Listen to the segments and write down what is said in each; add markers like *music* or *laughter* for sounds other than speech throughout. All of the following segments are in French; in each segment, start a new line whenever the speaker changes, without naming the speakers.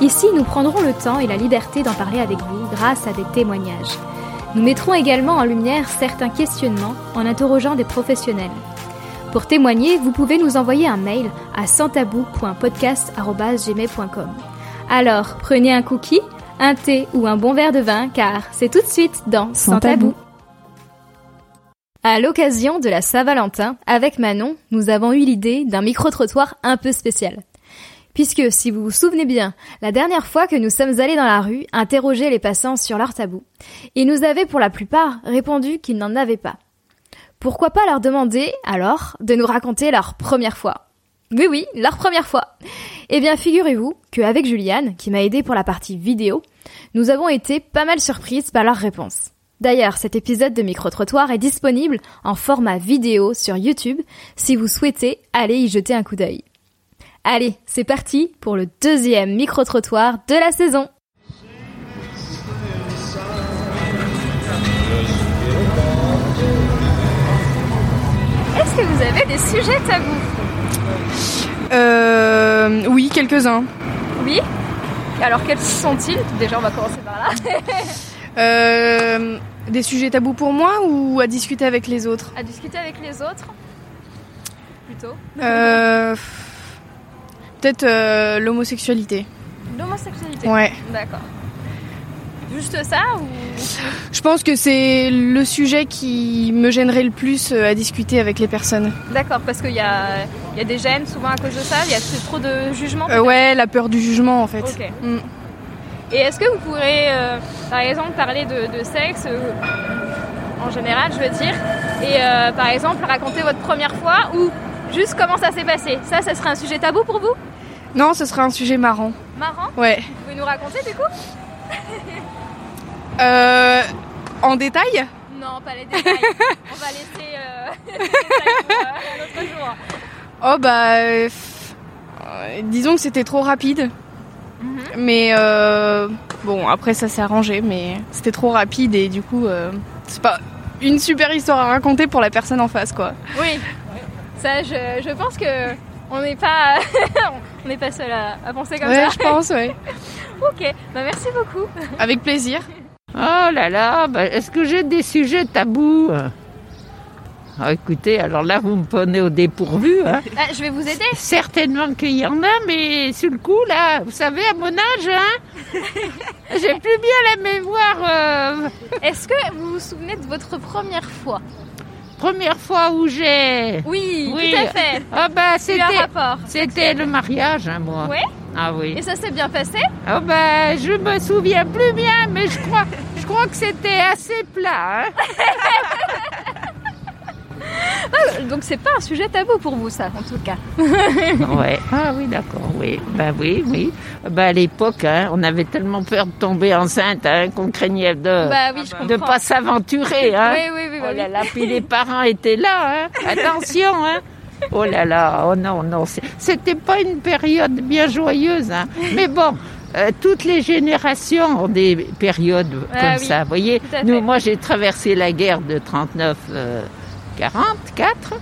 ici nous prendrons le temps et la liberté d'en parler avec vous grâce à des témoignages. Nous mettrons également en lumière certains questionnements en interrogeant des professionnels. Pour témoigner, vous pouvez nous envoyer un mail à santabou.podcast.gmail.com. Alors, prenez un cookie, un thé ou un bon verre de vin, car c'est tout de suite dans Sans, tabou. À l'occasion de la Saint-Valentin, avec Manon, nous avons eu l'idée d'un micro-trottoir un peu spécial. Puisque, si vous vous souvenez bien, la dernière fois que nous sommes allés dans la rue interroger les passants sur leurs tabous, ils nous avaient pour la plupart répondu qu'ils n'en avaient pas. Pourquoi pas leur demander, alors, de nous raconter leur première fois Oui oui, leur première fois Eh bien, figurez-vous qu'avec Juliane, qui m'a aidé pour la partie vidéo, nous avons été pas mal surprises par leurs réponses. D'ailleurs, cet épisode de Micro-Trottoir est disponible en format vidéo sur YouTube si vous souhaitez aller y jeter un coup d'œil. Allez, c'est parti pour le deuxième micro-trottoir de la saison Est-ce que vous avez des sujets tabous
Euh, oui, quelques-uns.
Oui Alors quels sont-ils Déjà, on va commencer par là.
Euh, des sujets tabous pour moi ou à discuter avec les autres
À discuter avec les autres Plutôt.
Euh, pff, Peut-être euh, l'homosexualité.
L'homosexualité
Ouais.
D'accord. Juste ça ou
Je pense que c'est le sujet qui me gênerait le plus euh, à discuter avec les personnes.
D'accord, parce qu'il y a, il y a des gènes souvent à cause de ça, il y a t- trop de jugements.
Euh, ouais, la peur du jugement en fait.
Ok.
Mm.
Et est-ce que vous pourrez, euh, par exemple, parler de, de sexe euh, en général, je veux dire, et euh, par exemple raconter votre première fois ou juste comment ça s'est passé Ça, ça serait un sujet tabou pour vous
Non, ce serait un sujet marrant.
Marrant
Ouais.
Vous pouvez nous raconter du coup
Euh, en détail
Non, pas les
*laughs*
détails. On va laisser euh, *laughs* les détails pour, euh, un autre jour.
Oh bah. euh, pff, euh, disons que c'était trop rapide.
Mhm.
Mais euh, bon, après ça s'est arrangé, mais c'était trop rapide et du coup, euh, c'est pas une super histoire à raconter pour la personne en face quoi.
Oui, ça, je, je pense que on n'est pas, *laughs* on n'est pas seul à, à penser comme
ouais,
ça.
je
*laughs*
pense, ouais.
Ok, bah merci beaucoup.
Avec plaisir.
Oh là là, bah, est-ce que j'ai des sujets tabous hein? Ah, Écoutez, alors là, vous me prenez au dépourvu.
*laughs*
hein.
Ah, je vais vous aider.
Certainement qu'il y en a, mais sur le coup, là, vous savez, à mon âge, hein,
*laughs*
j'ai plus bien la mémoire. euh,
Est-ce que vous vous souvenez de votre première fois
première fois où j'ai...
Oui,
Oui.
tout à fait.
Ah bah,
C'est un
c'était...
rapport.
C'était le mariage, hein, moi.
Ouais.
Ah oui.
Et ça s'est bien passé
Ah bah, je me souviens plus bien, mais je crois, je crois que c'était assez plat. hein.
Donc c'est pas un sujet tabou pour vous ça en tout cas.
*laughs* Ouais. Ah oui, d'accord, oui. Bah oui, oui. Bah à l'époque, hein, on avait tellement peur de tomber enceinte hein, qu'on craignait de
bah oui, je comprends.
ah de pas s'aventurer. Hein.
*laughs* Oui, oui, oui, bah
Oh
oui.
là là,
*laughs*
puis les parents étaient là. Hein. Attention, hein. Oh là là, oh non, non. c'est- C'était pas une période bien joyeuse. Hein. Mais bon. euh, toutes les générations ont des périodes
Ah
comme
oui,
ça, vous voyez.
tout à fait.
Nous, moi, j'ai traversé la guerre de 39 euh, 44,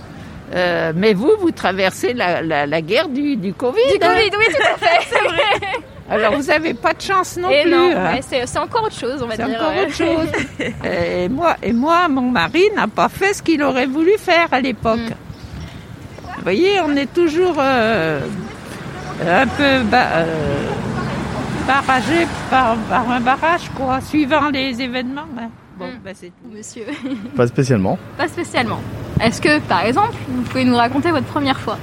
euh, mais vous, vous traversez la, la, la guerre du, du Covid.
Du
hein.
Covid, oui, tout à fait. c'est vrai.
Alors, vous avez pas de chance non
Et
plus.
Eh non,
hein.
ouais, c'est c'est encore autre chose, on va
C'est
dire. euh,
encore
ouais. *laughs*
autre chose. et moi, et moi, mon mari n'a pas fait ce qu'il aurait voulu faire à l'époque.
Hmm.
Vous voyez, on est toujours euh, un peu ba- euh, barragé par, par un barrage, quoi, suivant les événements. hein. Bon,
Mm.
bah, c'est tout.
Monsieur,
Pas spécialement.
pas spécialement. Est-ce que par exemple, vous pouvez nous raconter votre première fois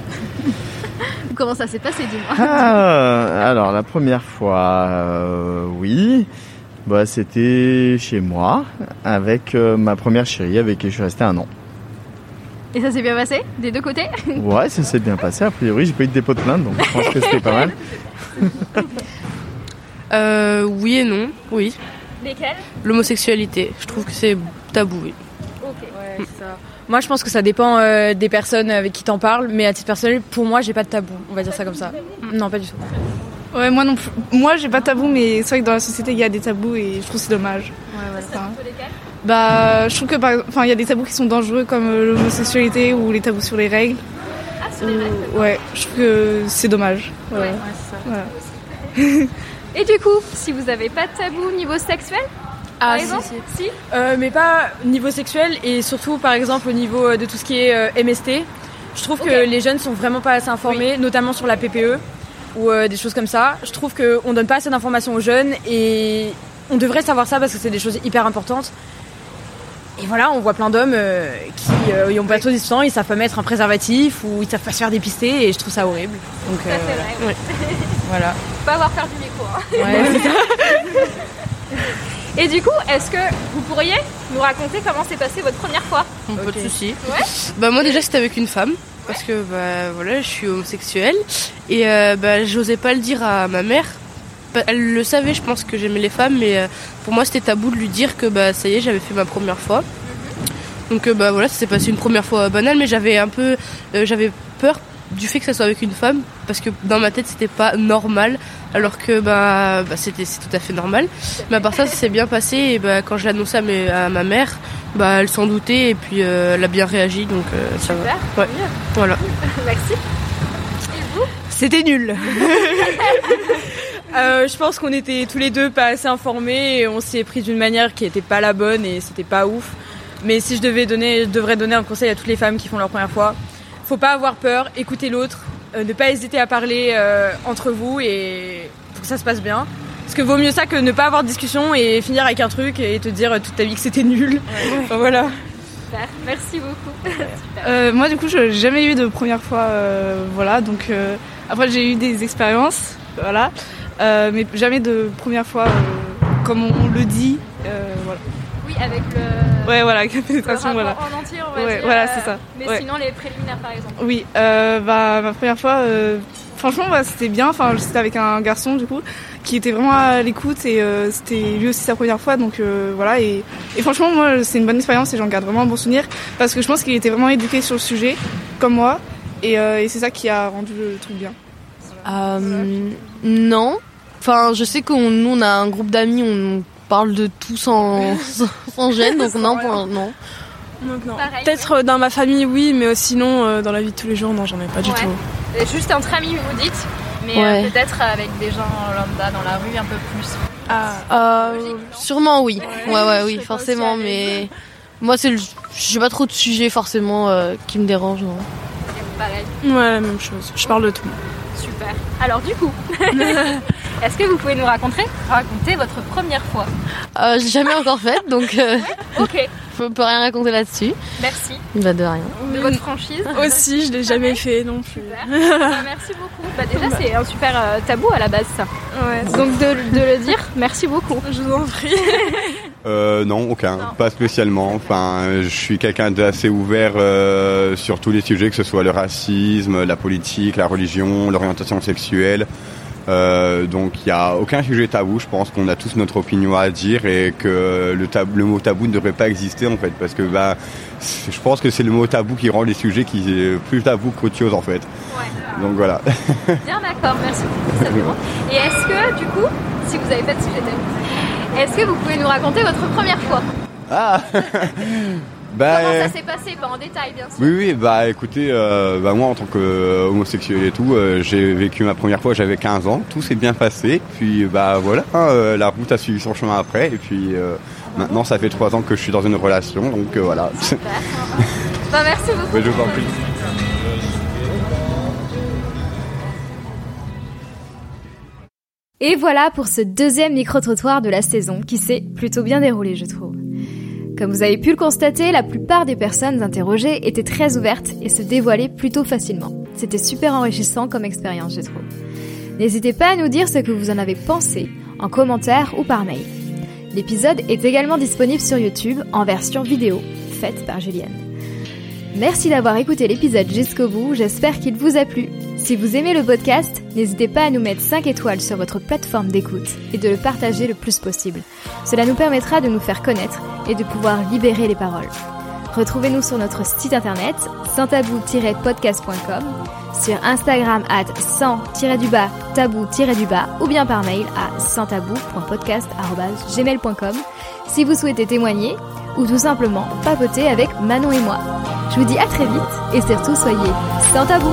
*laughs* Comment ça s'est passé du moins
Ah, alors la première fois, euh, oui, bah, c'était chez moi avec euh, ma première chérie avec qui je suis resté un an.
Et ça s'est bien passé des deux côtés
Ouais, ça s'est bien passé. A priori, j'ai pas eu de dépôt de plainte, donc je pense que c'était pas mal.
Euh, oui et non, oui.
Lesquels
L'homosexualité, je trouve que c'est tabou. oui.
Ouais, c'est ça. Moi, je pense que ça dépend euh, des personnes avec qui t'en parles, mais à titre personnel, pour moi, j'ai pas de tabou. On va dire ça comme ça. Non, pas du tout.
Ouais, moi non plus. Moi, j'ai pas de tabou, mais c'est vrai que dans la société, il y a des tabous et je trouve que c'est dommage. Enfin, Bah, je trouve que par- enfin, il y a des tabous qui sont dangereux comme euh, l'homosexualité ou les tabous sur les règles. Ou- Ouais, je trouve que c'est dommage. Ouais. Voilà.
Et du coup, si vous avez pas de tabou niveau sexuel,
Ah,
par exemple Si
Euh, mais pas niveau sexuel et surtout par exemple au niveau euh, de tout ce qui est euh, MST. Je trouve que
Ok.
les jeunes sont vraiment pas assez informés, notamment sur la PPE ou euh, des choses comme ça. Je trouve qu'on donne pas assez d'informations aux jeunes et on devrait savoir ça parce que c'est des choses hyper importantes. Et voilà, on voit plein d'hommes euh, qui euh, ils ont pas trop d'histoire, ils savent pas mettre un préservatif ou ils savent pas se faire dépister et je trouve ça horrible. Donc euh, voilà.
Faut pas avoir peur du micro. hein.
Ouais, c'est ça.
Et du coup, est-ce que vous pourriez nous raconter comment s'est passée votre première fois
Bon, Pas de
Ok.
soucis. Bah, moi, déjà, c'était avec une femme. Parce que, bah, voilà, je suis homosexuelle. Et, euh, bah, j'osais pas le dire à ma mère. Bah, Elle le savait, je pense que j'aimais les femmes, mais euh, pour moi, c'était tabou de lui dire que, bah, ça y est, j'avais fait ma première fois. Donc, euh, bah, voilà, ça s'est passé une première fois banale, mais j'avais un peu. euh, j'avais peur du fait que ça soit avec une femme, parce que dans ma tête, c'était pas normal, alors que, bah, bah, c'était c'est tout à fait normal. Mais à part ça, ça s'est bien passé, et, bah, quand je l'ai annoncé à mes- à ma mère, bah, elle s'en doutait et puis euh, elle a bien réagi donc euh, ça va.
Super,
Ouais. Voilà.
Maxime
C'était nul. Euh, je pense qu'on était tous les deux pas assez informés et on s'y est pris d'une manière qui était pas la bonne et c'était pas ouf. Mais si je devais donner, je devrais donner un conseil à toutes les femmes qui font leur première fois, faut pas avoir peur, écoutez l'autre, euh, ne pas hésiter à parler euh, entre vous et pour que ça se passe bien. Parce que vaut mieux ça que ne pas avoir de discussion et finir avec un truc et te dire euh, toute ta vie que c'était nul. *laughs* Enfin, voilà.
Super, merci beaucoup. Super.
Euh, moi du coup, je n'ai jamais eu de première fois, euh, voilà. Donc euh, après, j'ai eu des expériences, voilà, Euh, mais jamais de première fois euh, comme on le dit, euh, voilà.
Oui, avec le.
Ouais, voilà, *laughs*
le
pénétration,
rapport
voilà.
En entier, on va
Ouais,
dire,
voilà,
euh,
c'est ça.
Mais
Ouais.
sinon, les préliminaires, par exemple.
Oui, euh, bah ma première fois, euh, franchement, bah, c'était bien. Enfin, c'était avec un garçon du coup qui était vraiment à l'écoute et euh, c'était lui aussi sa première fois, donc euh, voilà. Et, et franchement, moi, c'est une bonne expérience et j'en garde vraiment un bon souvenir parce que je pense qu'il était vraiment éduqué sur le sujet, comme moi, et, euh, et c'est ça qui a rendu le truc bien.
Euh, non. Enfin, je sais qu'on nous, on a un groupe d'amis, on parle de tout sans, *laughs* sans- sans gêne, donc non, pour- non.
Pareil.
Peut-être euh, dans ma famille, oui, mais euh, sinon euh, dans la vie de tous les jours, non, j'en ai pas du
Ouais.
tout.
Euh, Juste entre amis, vous dites, mais
Ouais.
euh, peut-être avec des gens lambda dans la rue un peu plus. Ah.
Euh, sûrement oui. Ouais, ouais, oui, forcément, mais moi, c'est le- j'ai pas trop de sujets forcément euh, qui me dérangent. non.
Pareil,
Ouais, la même chose. Je parle de tout.
super. Alors du
*laughs*
coup, *laughs* est-ce que vous pouvez nous raconter, raconter votre première fois
Euh, j'ai jamais encore fait, donc euh, *laughs*
*laughs* Ok,
je peux rien raconter là-dessus.
merci
Bah, de rien.
de votre
*laughs*
franchise.
Aussi, je l'ai jamais fait non plus.
Super.
Ah.
Bah, merci beaucoup. Bah, déjà, c'est un super euh, tabou à la base, ça.
Ouais.
Donc de, de le dire, merci beaucoup.
Je vous en prie.
Euh, non, aucun,
Non.
pas spécialement. Enfin, euh, je suis quelqu'un d'assez ouvert euh, sur tous les sujets, que ce soit le racisme, la politique, la religion, l'orientation sexuelle. Euh, donc, il n'y a aucun sujet tabou. Je pense qu'on a tous notre opinion à dire et que le, tab- le mot tabou ne devrait pas exister en fait, parce que bah, c'est- je pense que c'est le mot tabou qui rend les sujets qui euh, plus tabous qu'autre chose en fait. Donc voilà.
*laughs* Bien d'accord, merci beaucoup, Saburo. Et est-ce que, du coup, si vous avez pas de sujet tabou, est-ce que vous pouvez nous raconter votre première fois
*laughs* Ah. Bah,
Comment
euh,
ça s'est passé Pas en détail, bien sûr.
Oui, oui, bah écoutez, euh, bah, moi en tant que euh, homosexuel et tout, euh, j'ai vécu ma première fois, j'avais 15 ans, tout s'est bien passé, puis bah voilà, hein, euh, la route a suivi son chemin après, et puis euh, maintenant ça fait 3 ans que je suis dans une relation, donc euh, voilà. *laughs*
Bah, merci beaucoup.
Mais je vous en prie.
Et voilà pour ce deuxième micro-trottoir de la saison qui s'est plutôt bien déroulé, je trouve. Comme vous avez pu le constater, la plupart des personnes interrogées étaient très ouvertes et se dévoilaient plutôt facilement. C'était super enrichissant comme expérience, je trouve. N'hésitez pas à nous dire ce que vous en avez pensé, en commentaire ou par mail. L'épisode est également disponible sur YouTube en version vidéo, faite par Julienne. Merci d'avoir écouté l'épisode jusqu'au bout, j'espère qu'il vous a plu. Si vous aimez le podcast, n'hésitez pas à nous mettre 5 étoiles sur votre plateforme d'écoute et de le partager le plus possible. Cela nous permettra de nous faire connaître et de pouvoir libérer les paroles. Retrouvez-nous sur notre site internet sanstabou-podcast.com, sur Instagram at 100-du-bas tabou-du-bas ou bien par mail à santabou.podcast.gmail.com si vous souhaitez témoigner ou tout simplement papoter avec Manon et moi. Je vous dis à très vite et surtout soyez sans tabou.